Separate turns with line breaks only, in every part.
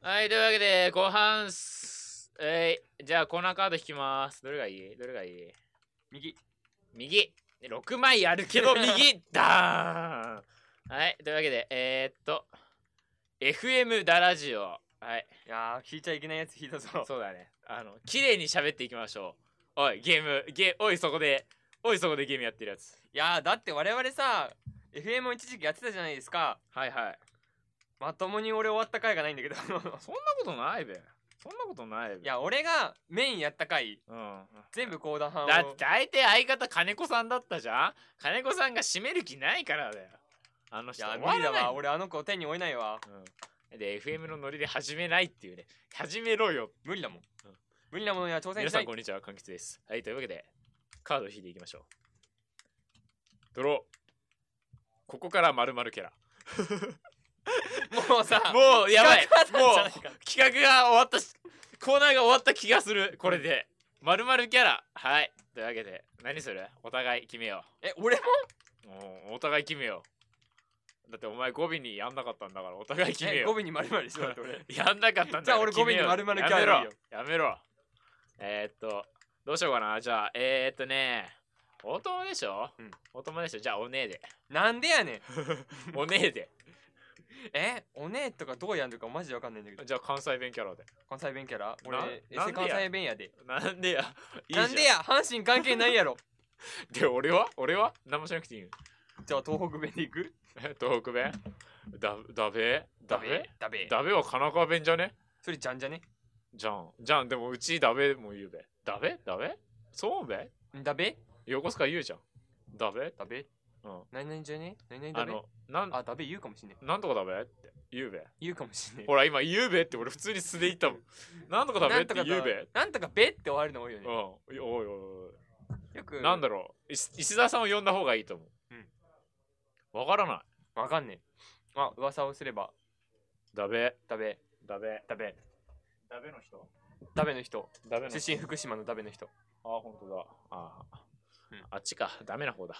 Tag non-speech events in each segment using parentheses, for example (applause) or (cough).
はい、というわけで、後半っす。えい、じゃあコーナーカード引きます。どれがいいどれがいい
右。
右 !6 枚あるけ (laughs) ど、右ダーンはい、というわけで、えー、っと、FM ダラジオ。はい、
いやー、聞いちゃいけないやつ聞いたぞ。 (laughs)
そうだね。あの、綺麗に喋っていきましょう。おい、ゲーム、ゲおい、そこで、おい、そこでゲームやってるやつ。
いやー、だって我々さ、FM を一時期やってたじゃないですか。
はいはい。
まともに俺終わった回がないんだけど。 (laughs)
そんなことないべ。そんなことないべ。
いや、俺がメインやった回、
うん。
全部講談班を。
だって大体相方金子さんだったじゃん金子さんが締める気ないからだよあの
い
人
や、
終
無
わ
理
ら
だ
ない
わ。俺あの子を手に負えないわ。
うん、で FM のノリで始めないっていうね始めろよ
無理だもん
うん。
無理なものには挑戦
皆
しな
さ
い
んこ。んにちは柑橘ですはいというわけでカードを引いていきましょうドローここからまるまるキャラ
もうさ、
もうやばい
企画
も
はな
う
んじゃないか
企画が終わったしコーナーが終わった気がするこれでまるまるキャラはいというわけで何するお互い決めよう
え、俺も
おお互い決めようだってお前語尾にやんなかったんだからお互い決め
え、
よ
語
う
尾に丸々しようだって俺。
(laughs) やんなかったんだから
じゃあ俺
決めよう
語尾に丸々キャ
や
ラ
め
でいい
ろ
よ
やめろえー、っとどうしようかなじゃあえー、っとねお友でしょ、
うん
お友でしょじゃあおねえで
なんでやねん。
おねえで
え、おねえとかどうやんのかマジでわかんないんだけど。
じゃあ関西弁キャラで
関西弁キャラ
な
俺、エ
なん
セ
でや
関西弁やで。
なんでやいいじゃ
なんでや阪神関係ないやろ。
で俺は俺は何もしなくていいよ
じゃあ東北弁で行く
東北弁だだべだべ
だべ。
だべは神奈川弁じゃね
それじゃんじゃね
じゃん。じゃん。でもうちダメも言うべ。ダメダメそうべ
だべ
横須賀言うじゃん。ダメ
だべ
うん。
何々じゃね何々
あ
だべ
の、なん、
あ、だべ言うかもしんね
なんとかダメって言うべ。
い言うかもしんねい
ほら、今言うべって俺普通に素で言ったもん。なんとかダメって言うべ。
なんとかべって終わるの多いよ
う
ね
ん。。おいおいお
よく。
い。なんだろう。い石田さんを呼んだ方がいいと思う。
うん。
わからない。
わかんねえ。あ、噂をすれば、
ダメ
だべ、
ダメ
だべ、
ダメの人
だべの人。
ダメの
出身福島のだべ
(laughs)
の人。
あ、本当だ。あ
うん
あっちか。ダメな方だ。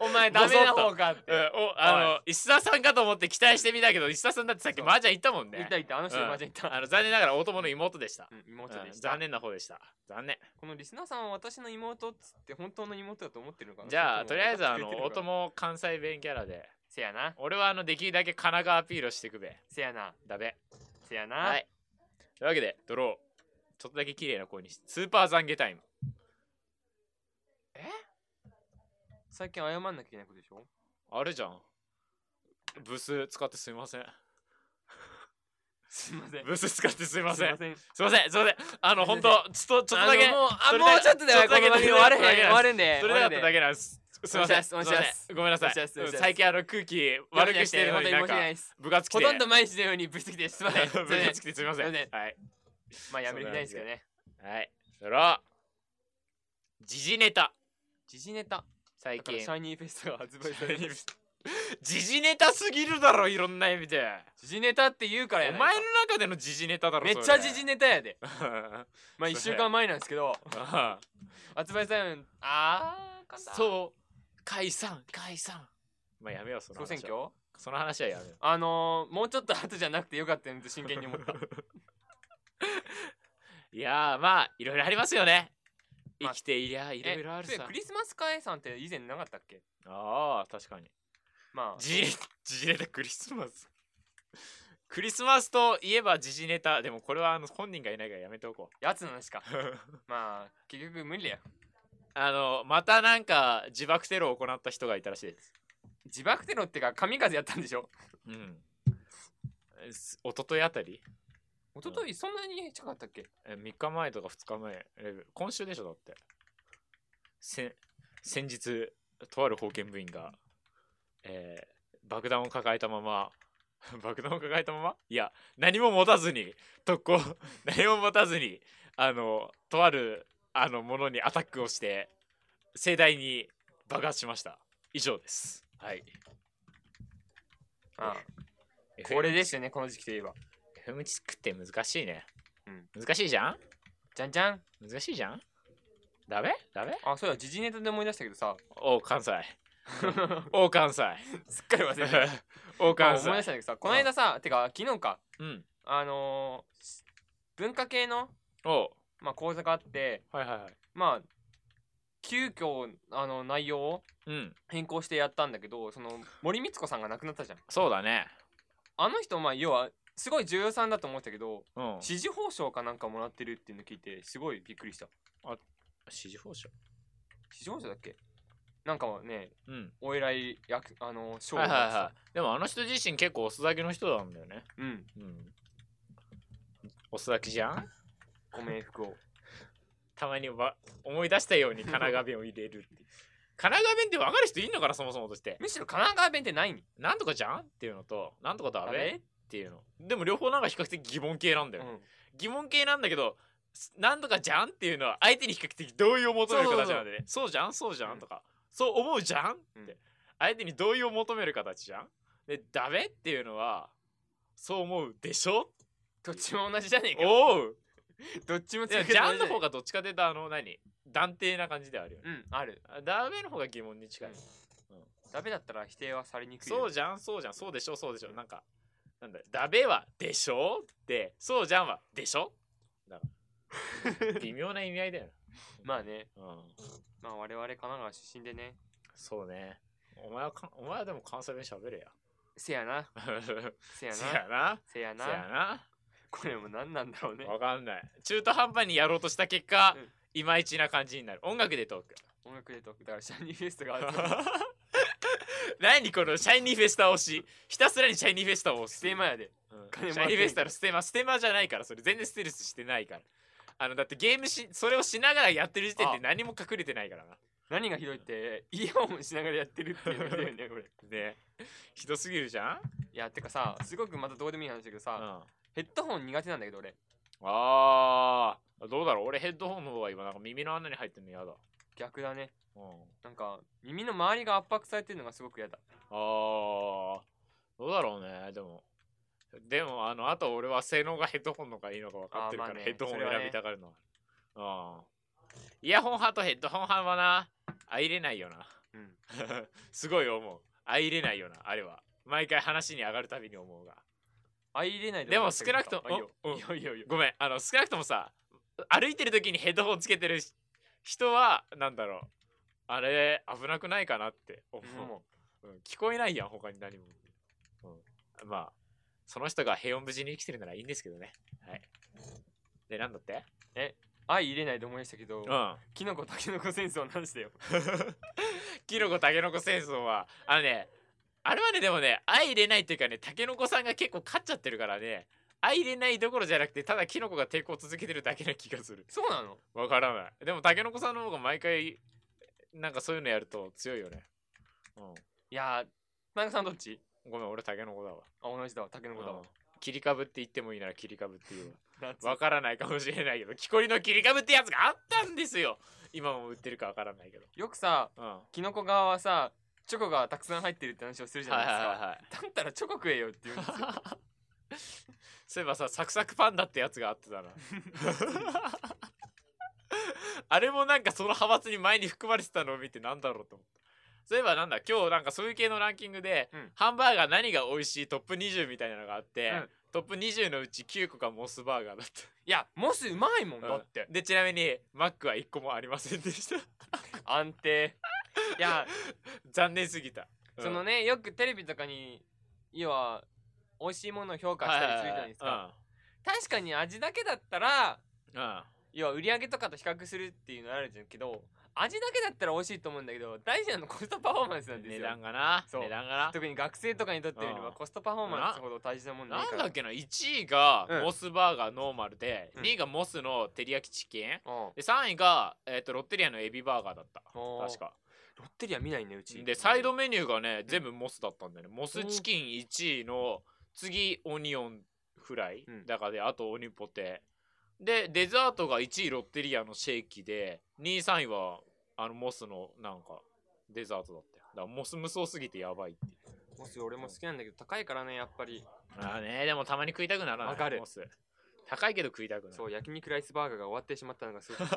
お前、ダメな方かっ
う
て
ん。、お、あの、石田さんかと思って期待してみたけど、石田さんだってさっき麻雀行ったもんね。
いたいた、あの人
うん
マジいた。
あの残念ながら大友の妹でした。
うん、妹
う
で
ん
した。
残念な方でした。残念。
このリスナーさんは私の妹っつって本当の妹だと思ってるのかな
じゃあ、
そ
と
れ
りあえず、あ
も
の、
私聞いて
大
るかな
友関西弁キャラで、
せやな、
俺はあの、できるだけ神奈川アピールをしてくべ。
せやな、
だべ。
せやな。
はい。というわけで、ドロー。ちょっとだけ綺麗な声にしスーパー懺悔タイム。
最近謝んなきゃいけないことでしょ
あれじゃん。ブス使ってすいません。
すいません。
ブス使ってすいません。
せん。
すいません。すいません。あの、
すい
本
ません
当ちょっと、ちょっとだけ
あの。もう、あ
それだ
もうちょっとで
ちょっとだ
こ
け
の番組終われへん。
それだけ
終われんで。
それだかっただ
け。
けなんです。すいません。すい
お願
ません
いします。
ごめんなさい
お願いしますお願いし。ます
最近あの空気悪くしてるのになん
本当申し訳
か
いです
部活来
ほ
て。
とんど毎日のようにぶつけて、すいません。すいま
部
せん
活来てすみません。
すいませ
はい。
まあ、やめる気ないですけどね。
はい。そら、時事ネタ。
時事ネタ。
最
だからシ
近。
ャイニーフェスが発売される。
(laughs) 時事ネタすぎるだろ、いろんな意味で。
時事ネタって言うか
お
ら
前
や
の
ないか
中での時事ネタだろ。
めっちゃ時
(laughs)
事
ネ
ネタやで。
タ。
まあ、
それ
1週間前なんですけど、
ああ
発売されるの。あー、簡単。う。
そう。解散、解散。まあやめよう、その
総選
話
挙
は。その話はやめよう。
あのー、もうちょっと後じゃなくてよかったよと真剣に思った。
(laughs) いやー、まあ、いろいろありますよね。生
まあ
きていりゃ、いろいろある
(laughs) え
さ
ク。リスマス会さんって以前なかったっけ
ああ、確かに。
まあ、
時事時事ネタクリスマスクリスマスといえば時事ネタでもこれはあの本人がいないからやめておこう
やつの話か。まあ、結局無理だよ。
あのまたなんか自爆テロを行った人がいたらしいです
自爆テロってか、神風やったんでしょ
うんえす一昨日あたり
一昨日そんなに近かったっけ
え3日前とか2日前レベル今週でしょだってせ先日とある封建部員が、えー爆弾を抱えたまま (laughs) 爆弾を抱えたままいや何も持たずに特攻 (laughs) 何も持たずにあのとあるあのものにアタックをして盛大に爆発しました以上ですはい
ああこれですよね、この時期といえば。
FM チックって難しいね、
うん
難しいじゃん
じゃんじゃん。
難しいじゃんダメダメ
あ、そうだ、時事ネタで思い出したけどさ、
おう関西大関 (laughs) 西。
すっかり忘れてた
大
あ
関
(laughs) 思い出
西。
したんだけどさこの間さてか昨日か
うん。
あのー文化系の、
おう
まあ、講座があって
はいはいはい。
まあ急遽あの内容を
うん。
変更してやったんだけどその森光子さんが亡くなったじゃん
そうだね。
あの人まあ要はすごい女優さんだと思ってたけど
うん。
支持報奨かなんかもらってるっていうの聞いてすごいびっくりした
支持報酬。
支持報奨だっけなんかね
うん。
お偉い役あの賞を
は
も
いはい
らってた
はい。でもあの人自身結構お酢だけの人なんだよね。
うん
うん。お酢だけじゃん
ご冥福を
たまにわ思い出したよ (laughs) うに神奈川弁を入れるっていう。神奈川弁って分かる人いんのかなそもそもとして。
むしろ神奈川弁ってないん
なんとかじゃんっていうのと、なんとかだ
だ
べっ
べ
ていうの。でも両方なんか比較的疑問系なんだ
う
よね。
ん
疑問系なんだけどすなんとかじゃんっていうのは相手に比較的同意を求める形なんでねそうじゃんそうじゃ
うん
んとか、そう思うじゃんっ
うん
て相手に同意を求める形じゃんでダメっていうのはそう思うでしょ
どっちも同じじゃねえか
おう
どっちも (laughs)
いや
け
じ
て
ゃ
同
ん
じ
の
ね
方がどっちかというとあの何断定な感じではあるよね
うんある
あダメの方が疑問に近い、
うんダメだったら否定はされにくいよ
そうじゃんそうじゃんそうでしょそうでしょなんかなんだダメはでしょってそうじゃんはでしょだ
(laughs)
から微妙な意味合いだよ
まあね
な、うん
まあ我々神奈川出身でね
そうね。お前はか、お前はでも関西弁喋れや。
せやなせやな
せやな。
せや
せ
な
やな。
これも何なんだろうね
わかんない。中途半端にやろうとした結果
うん、
いまいちな感じになる。音楽でトーク。
音楽でトークだからシャイニーフェストがある
(laughs) 何このシャイニーフェスタ推し。ひたすらにシャイニーフェスタを推す。
ステーマやで
うん
金
シ
も
ャ
らっ
イニ
てん
ーフェ
けど
スタのステマ、ステマじゃないから、それ全然ステルスしてないから。あのだってゲームしそれをしながらやってる時点で
あ
何も隠れてないから
(laughs)
な。
何がひどいってイヤホンしながらやってるっていうのがひど
(laughs)
いよねこれい
ねひどすぎるじゃん、
やてかさすごくまたどうでもいい話だけど
う
さ
ん、
ヘッドホン苦手なんだけど俺
ああ、どうだろう俺ヘッドホンの方が今なんか耳の穴に入ってるの嫌だ。
逆だね
うん。
なんか耳の周りが圧迫されてるのがすごく嫌だ
ああ、どうだろうね、でも。でも、あの、あと俺は性能がヘッドホンの方がいいのか分かってるか
あー
ら、
まあね
ヘッドホンを
それはね
選びたがるのは。うん。イヤホン派とヘッドホン派はな、あ入れないよな。
うん
(laughs) すごい思う。あ入れないよな、あれは。毎回話に上がるたびに思うが。
相入れない
でも少なくとも
あいいよ
おうん
いいよいいよいいよ
ごめんあの少なくともさ歩いてる時にヘッドホンつけてる人はなんだろうあれ危なくないかなって思う、うん聞こえないやん他に何も、うん、まあその人が平穏無事に生きてるならいいんですけどねはいでなんだって
相入れないと思いましたけ
う
ど
ん
キノコタケノコ戦争の
(laughs)
話だよ
キノコタケノコ戦争はあのねあれはねでもね相入れないっていうかねタケノコさんが結構勝っちゃってるからね相入れないどころじゃなくてただキノコが抵抗を続けてるだけな気がする
そうなの
わからない。でも、タケノコさんの方が毎回、なんかそういうのやると強いよね。う
いやー田中さんどっち
ん。ごめん、俺タケノコだわ。
あ同じだわタケノコだわ
うん切り株って言ってもいいなら切り株って言う
夏
わ。わからないかもしれないけど、木こりの切り株ってやつがあったんですよ。今も売ってるかわからないけど。
よくさ
うん。は
キノコ側はさチョコがたくさん入ってるって話をする
い
じゃないですか
は
だったらチョコ食えよって言うんですよ
い
(laughs)
はい。そういえばさ、サクサクパンダってやつがあって
(laughs)
たな。あれもなんかその派閥に前に含まれてたのを見てなんだろうと思った。そういえばなんだ、今日なんかそういう系のランキングで、
うん
ハンバーガー何が美味しいトップ20みたいなのがあって、
うん
トップ20のうち9個がモスバーガーだっ
いやモスうまいもん
た。
だって
で、ちなみにマックは1個もありませんでした。 (laughs)
安定いや
残念すぎた。
その
ね、
ねよくテレビとかに要は美味しいものを評価したりするじゃないですか確かに味だけだったら
うん。うん。
要は売り上げとかと比較するっていうのあるじゃんけど味だけだったら美味しいと思うんだけど大事なのはコストパフォーマンスなんです
値
よ
段がな。
そう
値段がな。
特に学生とかにとってみれ
う
ば
ん
コストパフォーマンスほど大事なもんない
な
か
ん
ら
だっけな1位が
うん
モスバーガーノーマルで、
うん
2位がモスの照り焼きチキン
うん
で3位が、えー、とロッテリアのエビバーガーだった
おー
確か
ロッテリア見ないねうち
でサイドメニューがね全部モスだったんだよねモスチキン1位の次オニオンフライ
うん
だからであとオニポテでデザートが1位ロッテリアのシェイキで2位3位はあのモスのなんかデザートだったよだからモス無双すぎてやばいっていう
モス俺も好きなんだけど高いからねやっぱり
ああねでもたまに食いたくならない
わかる
モス高いけど食いたくな
そう
い。
焼肉ライスバーガーが終わってしまったのがすごく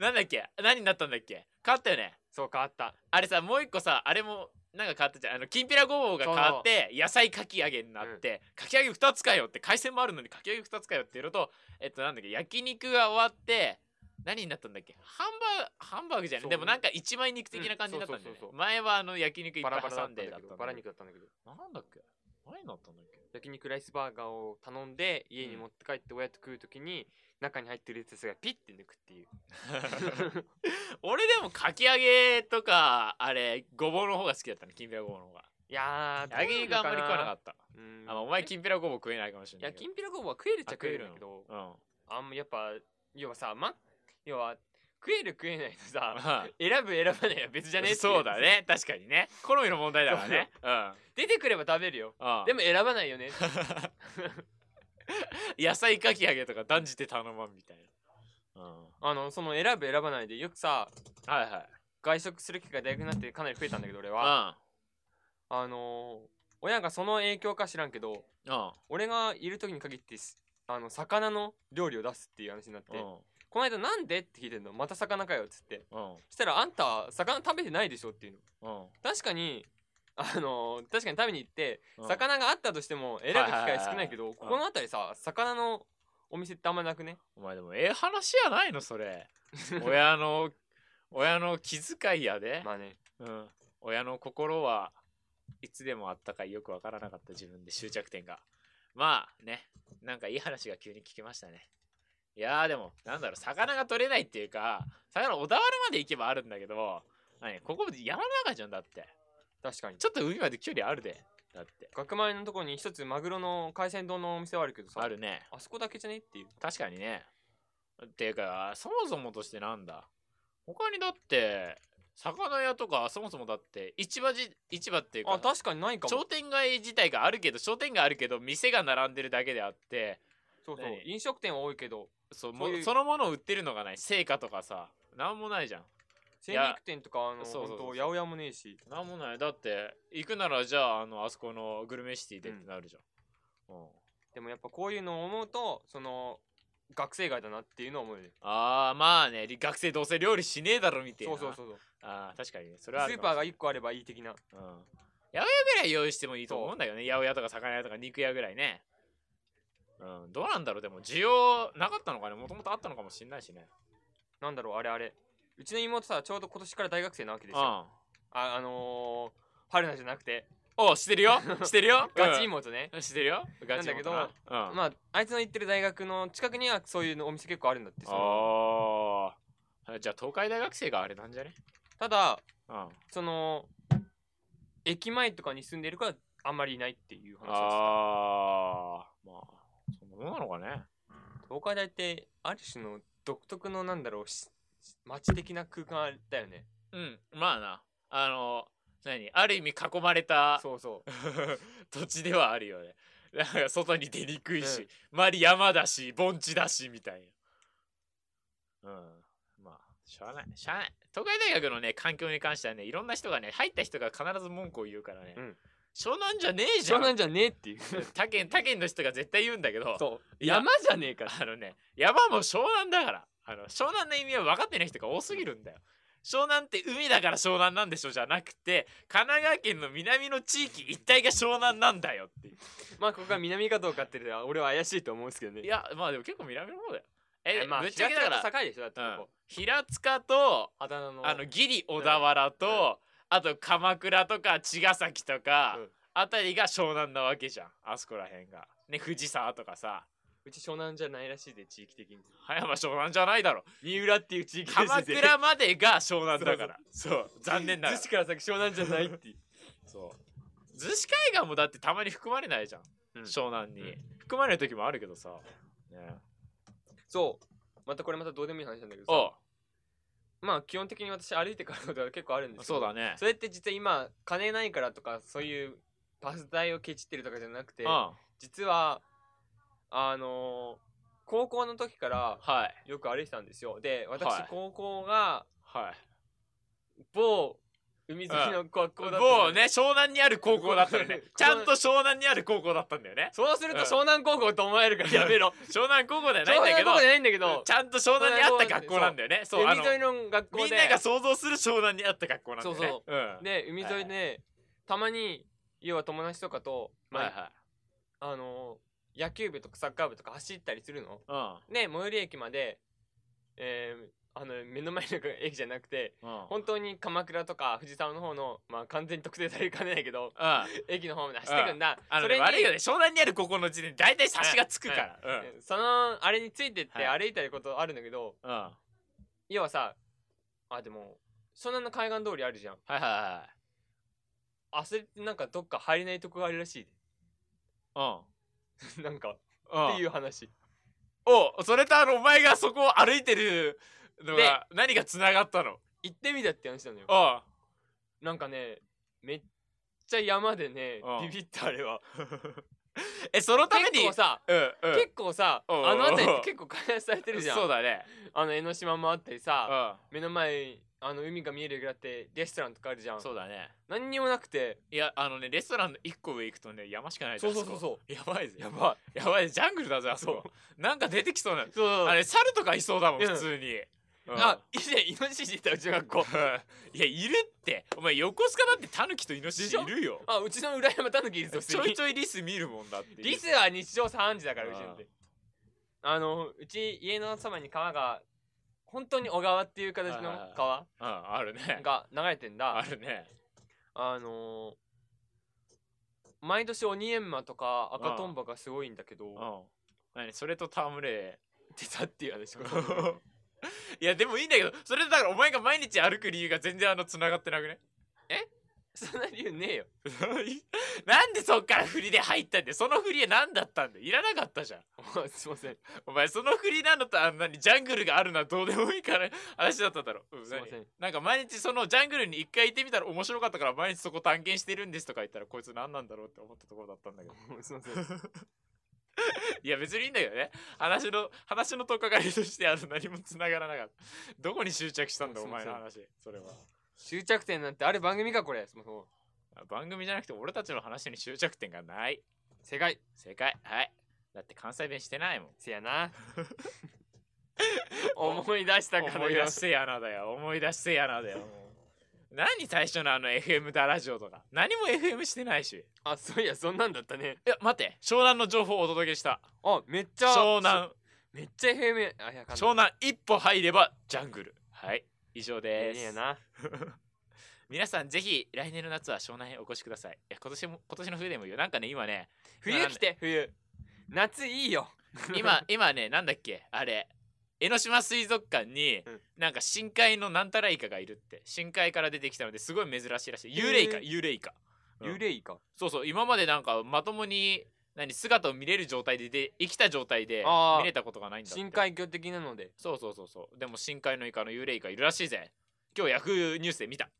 なんだっけ何になったんだっけ変わったよね。
(laughs) そう変わった
あれさ、もう一個さ、あれもなんか変わったじゃん。あの、きんぴらごぼうが変わって、野菜かき揚げになって、かき揚げ2つかよって、海鮮もあるのにかき揚げ2つかよっていうのと、えっと、なんだっけ、焼肉が終わって、何になったんだっけハンバーグ、ハンバーグじゃな
そ
いうでもなんか一枚肉的な感じになったんだよ
うん
ね
そうそうそう。そう
前はあの、焼肉いっ
バ
ぱ
ラ
い
バラだ
挟
った
ん
んだ
で
け
だったんだ
ど
よ
バラ肉だったんだけど
なんだっけ (laughs) 何になったんだっけ
焼肉ライスバーガーを頼んで家に
うん
持って帰って親と食う時に中に入ってるやつがピッて抜くっていう
俺でもかき揚げとかあれごぼうの方が好きだったねきんぴらごぼうの方が
いやー
揚げがあんまり食わなか
っ
った
た、うん
あのお前きんぴらごぼう食えないかもしれ
い
ない
や
けど
きんぴらごぼうは食えるっちゃ
あ
食えるんだけど
食えるの
あんまやっぱ要はさま要は食える食えないの
うん
さ (laughs)
はい
選ぶ選ばないは別じゃ
(laughs)
ねえってい
そうだ
(laughs)
ね確かにね好みの問題だからね
出てくれば食べるよ
うん、うん、
でも選ばないよね (laughs)
野菜かき揚げとか断じて頼まんみたいな、うん、
あのその選ぶ選ばないでよくさ
はいはい
外食する機会大学になってかなり増えたんだけど俺は
あ
あのー親がその影響か知らんけど
うん
俺がいる時に限ってすあの魚の料理を出すっていう話になって
うん
この間なんでって聞いてんのまた魚かよっつって
うん
そしたらあんた魚食べてないでしょっていうの
うん
確かにあの確かに食べに行って
うん
魚があったとしても選ぶ機会
は
少ないけ
いはいはいは
ど
い
ここの辺りさ魚のお店ってあんまなくね
お前でもええ話やないのそ
(laughs)
れ親の親の気遣いやで、
まあね
うん、親の心はいつでもあったかいよくわからなかった自分で終着点がまあねなんかいい話が急に聞きましたねいやーでもなんだろう魚が取れないっていうか魚小田原まで行けばあるんだけど何ここ山の中じゃんだって
確かに
ちょっと海まで距離あるでだって
学前のとこに一つマグロの海鮮丼のお店はあるけどさ
あるね
あそこだけじゃねっていう
確かにねっていうかそもそもとしてなんだ他にだって魚屋とかそもそもだって市場じ市場っていう
あ
か
確かにないかも
商店街自体があるけど商店街あるけど店が並んでるだけであって
そうそう
何
飲食店は多いけど
そう
そういう
もそのものを売ってるのがない成果とかさなんもないじゃんい
精
や
肉店とかあの
そうそうそう
本当八百屋もねえし
なんもないだって行くならじゃああのあそこのグルメシティでってなるじゃん、うん
でもやっぱこういうのを思うとその学生街だなっていうのを思うよね
ああまあねり学生どうせ料理しねえだろみたい
そ
な
うそうそううそう
あー確かにねそれはあ
ス
る
ー
か
パー
も
が
しれ
1個あればいい的な
ないうん八百屋ぐらい用意してもいいと思うんだよね八百屋とか魚屋とか肉屋ぐらいねうんどうなんだろうでも需要なかったのかねもともとあったのかもしれないしね
なんだろうあれあれうちの妹さちょうど今年から大学生なわけで
う
す
ん
よああのー、春菜じゃなくて
おうしてる (laughs) よしてるよ
ガチ妹ね、
知ってるよガチ
なんだけど
妹なうん、
まああいつの行ってる大学の近くにはそういうのお店結構あるんだってそう
ああじゃあ東海大学生があれなんじゃね
ただ
うんあ
その駅前とかに住んでるからあんまりいないっていう話をして
あーまあそんなもんなのかね
た東海大ってある種の独特のなんだろうし街的な空間だよね
うんまあなあの何ある意味囲まれた
そうそう
(laughs) 土地ではあるよねなんか外に出にくいし、
うん
周り山だし盆地だしみたいなうんまあしゃあないしゃあない東海大学のね環境に関してはねいろんな人がね入った人が必ず文句を言うからね、
うん
湘南じゃねえじゃ
湘
ん
南じゃねえっていう
他県他県の人が絶対言うんだけど
そう
いや
山じゃねえから
あのね山も湘南だからあの湘南の意味は分かってない人が多すぎるんだよ湘南って海だから湘南なんでしょじゃなくて神奈川県の南の地域一帯が湘南なんだよっていう
まあここが南かどうかっていうのは俺は怪しいと思うんですけどね
いやまあでも結構南の方だよえ、
まあ
ぶっちゃけだか
平塚
ら、
と境でしょだって
うん
ここ、
平塚と
あだ名の
あのギリ小田原と、あと鎌倉とか茅ヶ崎とか、
うん
あたりが湘南なわけじゃんあそこら辺がね藤沢とかさ
うち湘南じゃないらしいで地域的に
葉山湘南じゃないだろ
三浦っていう地
(laughs)
域
鎌倉までが湘南だからそう残念なが
寿
ら
司から先湘南じゃないっていう
そう逗子海岸もだってたまに含まれないじゃん、
うん
湘南に、
うん
含まれる時もあるけどさ、ね、
そうまたこれまたどうでもいい話なんだけどさ
おう
まあ基本的に私歩いて帰ることは結構あるんですけ
そ
ど
うだね
それって実は今金ないからとかそういうパス代をケチってるとかじゃなくて
うんは
実はあのー高校の時から
い
よく歩いてたんですよで
は
私
い
高校が
はい
某海好きの学校だったの
もうね湘南にある高校だったよ (laughs) ねちゃんと湘南にある高校だったんだよね
そうすると
うん
湘南高校と思えるからやめろ
湘南高校ではない
湘
んだ
南
け
高校じ
ど
ゃないんだけど
ちゃんと湘南にあった学校なんだよねそうあの
海沿いの学校で
みんなが想像する湘南にあった学校なんだよね
そう
そう、ん、
で海沿いで、たまに要は友達とかと、まあ
はいはい
あのー野球部とかサッカー部とか走ったりするの
うん
で最寄り駅まで、えーあの目の前の (laughs) 駅じゃなくて
うん
本当に鎌倉とか藤沢の方のまあ完全に特定されかねないけど
あ
駅の方まで走ってくんだ、
あのね
それに
悪いよね湘南にある高校の時点で大体差しがつくから、うん
えそのあれについてって
は
歩いたりことあるんだけど、
うんはい
要はさあでも湘南の海岸通りあるじゃん
はいは
あそれってなんかどっか入れないとこがあるらしい
いはい
で (laughs) なんか
うんうん
っていう話
おそれとあのお前がそこを歩いてるのが何がつながったの
行ってみたって話なのよ
あ
なんかねめっちゃ山でね
ああ
ビビったあれは
えそのために
結構さ
うんうん
結構さあ
おうおうおう
の辺りって結構開発されてるじゃん
そうだね
あの江ノ島もあったり
う
さ
ん
目の前あの海が見えるぐらいあってレストランとかあるじゃん
そうだね
何にもなくて
いやあのねレストランの一個上行くとね山しかない
そうそうそう
う
そ
やばいぜ
うやば
やばいぜジャングルだぜあそこなんか出てきそうない
そうそう
あれ猿とかいそうだもん
うん
普通にうん
あ以前イノシシいたうちの学校
(laughs) いやいるってお前横須賀だってタヌキとイノシ
で
シ
しょ
いるよ
あうちの裏山たぬきいるぞ普
ち
通
ょ
に
いちょいリス見るもんだって
リスは日常3時だからうちなんてあのうち家のそばに川が本当に小川っていう形の
はいはいはい
川
うんあるね
が流れてん
あ
だ
るね
あのー毎年鬼閻魔とか赤トンボがすごいんだけど
うん何それと戯れ
出たっていう話
(laughs) いやでもいいんだけどそれだからお前が毎日歩く理由が全然あの繋がってなくね
そんな理由ねえよ
(laughs)
(laughs)
なんでそっから振りで入ったんだよその振りは何だったんだよいらなかったじゃん
あすいません
お前その振りなのとあんなにジャングルがあるのはどうでもいいから話だっただろ、うん、
すいま
何
せん
なんか毎日そのジャングルに一回行ってみたら面白かったから毎日そこ探検してるんですとか言ったらこいつ何なんだろうって思ったところだったんだけど
(laughs) すいません
(laughs) いや別にいいんだけどね話の話のとっかかりとしてあの何も繋がらなかったどこに執着したんだ
す
お
いま
前
せん
の話それは
終着点なんてあれ番組かこれそもそも
あ番組じゃなくて俺たちの話に執着点がない
世界
正解はいだって関西弁してないもん
せ
(laughs)
やな思い出したか
思
ら
い
よ
出してやなだよ思い出してやなだよもう何最初のあの FM だラジオとか何も FM してないし
あそういやそんなんだったね
いや待って湘南の情報をお届けした
あめっちゃ
湘南
めっちゃ FM あいやかんない
湘南一歩入ればジャングルはい以上で
いい
す
やな
皆さんぜひ来年の夏は湘南へお越しくださいいや今年も今年の冬でもいいよなんかね今 (laughs) ね
冬来て冬夏いいよ
今今ねなんだっけあれ江ノ島水族館に、
うん
なんか深海のなんたらイカがいるって深海から出てきたのですごい珍しいらしい幽霊イカ
へー
幽霊イカうん
幽霊イカ
そうそう今までなんかまともに何姿を見れる状態でで生きた状態で
あー
見れたことがないんだって
深海魚的なので
そうそうそうそうでも深海のイカの幽霊イカいるらしいぜ今日ヤフーニュースで見た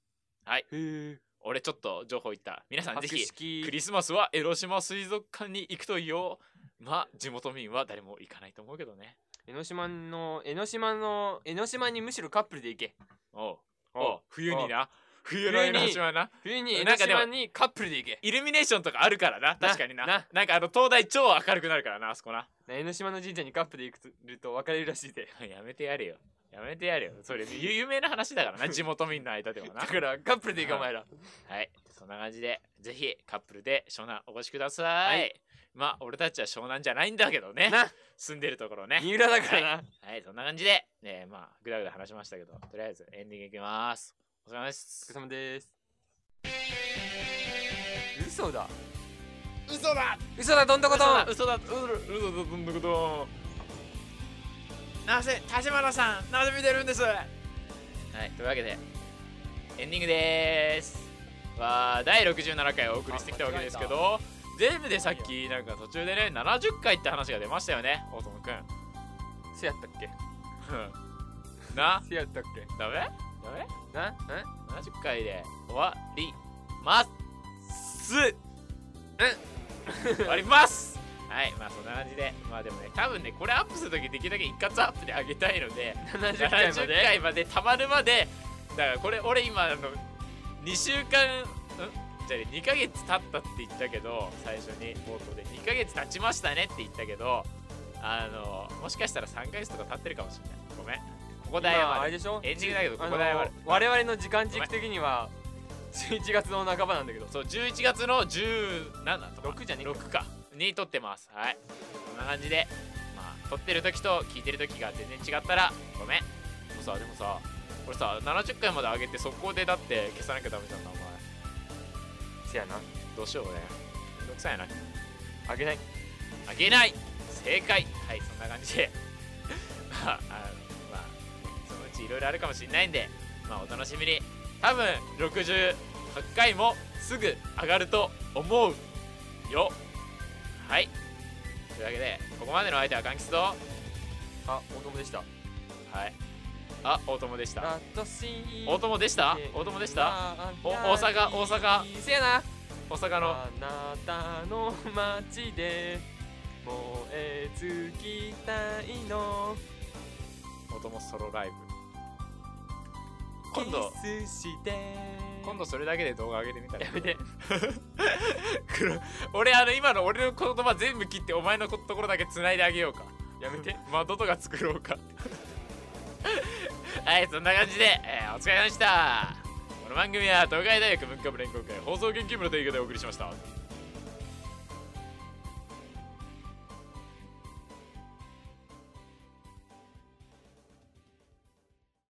へえ
俺ちょっと情報言った皆さんぜ
博
ひ
識
クリスマスは江ノ島水族館に行くといいよまあ地元民は誰も行かないと思うけどね
江ノ島の江ノ島の江ノ島にむしろカップルで行け
おう
お
おう冬にな冬の江ノ島な
冬に江
な
ノ
んかでも
島にカップルで行け
イルミネーションとかあるからな確かになな
なん
かあの灯台超明るくなるからなあそこな
江ノ島の神社にカップルで行くると別れるらしいで
(laughs) やめてやれよやめてやれよそれゆ有名な話だ (laughs) からな地元民の間ではな
だからカップルで行け
うん
お前ら
はい、そんな感じで、ぜひカップルで湘南お越しください。
は
まあ、俺たちは湘南じゃないんだけどね。
な
住んでるところね。
三浦だからな
はい、そんな感じで、えーまあ、ぐだぐだ話しましたけど、とりあえずエンディングいきます。お疲れ様で
お疲
す。
れ様です嘘だ
嘘だ
嘘だどんなこ
嘘
と
だ嘘だ嘘だ嘘だどんなことなぜ、立花さん、なぜ見てるんですはい、というわけで、エンディングでーす。は第67回お送りしてきたわけですけど、全部でさっきなんか途中でね70回って話が出ましたよね大友くん
せやったっけ
な
せやったっけ
ダメダメ
なうん
?70 回で終わります終わりますはいまあそんな感じでまあでもね多分ねこれアップするときできるだけ一括アップであげたいので
70回ま
70
で
回までたまるまでだからこれ俺今あの2週間んじゃあ2ヶ月経ったって言ったけど最初に冒頭で2ヶ月経ちましたねって言ったけどあのもしかしたら3ヶ月とか経ってるかもしれないごめんここで
今
謝
あれ
る
でしょ
エンディングだけどこ
あ
こ
の
で謝る
我々の時間軸的には11月の半ばなんだけど
そう11月の17とか
6じゃねえか
6かに撮ってますはいこんな感じでまあ撮ってる時と聞いてる時が全然違ったらごめんでもさでもさ俺さ70回まで上げて速攻でだって消さなきゃダメじゃんなお前
せやな
どうしようねめんどくさいな
あげない
あげない正解はいそんな感じで (laughs) まああのまあそのうちいろいろあるかもしれないんでまあお楽しみに多分68回もすぐ上がると思うよはいというわけでここまでの相手は柑橘とは
あ大友でした
いあ大友でした
私
大友でした大友でしたお大阪大阪
せやな
大阪の
あなたの街で燃え尽きたいの
大友ソロライブ今度
キスして
今度それだけで動画上げてみたら
やめて
(laughs) 黒俺あの今の俺の言葉全部切ってお前のこところだけ繋いであげようか
やめ
(laughs)
て
窓とか作ろうか (laughs) はいそんな感じで、えーお疲れ様でしたこの番組は東海大学文化部連合会放送研究部の提供でお送りしました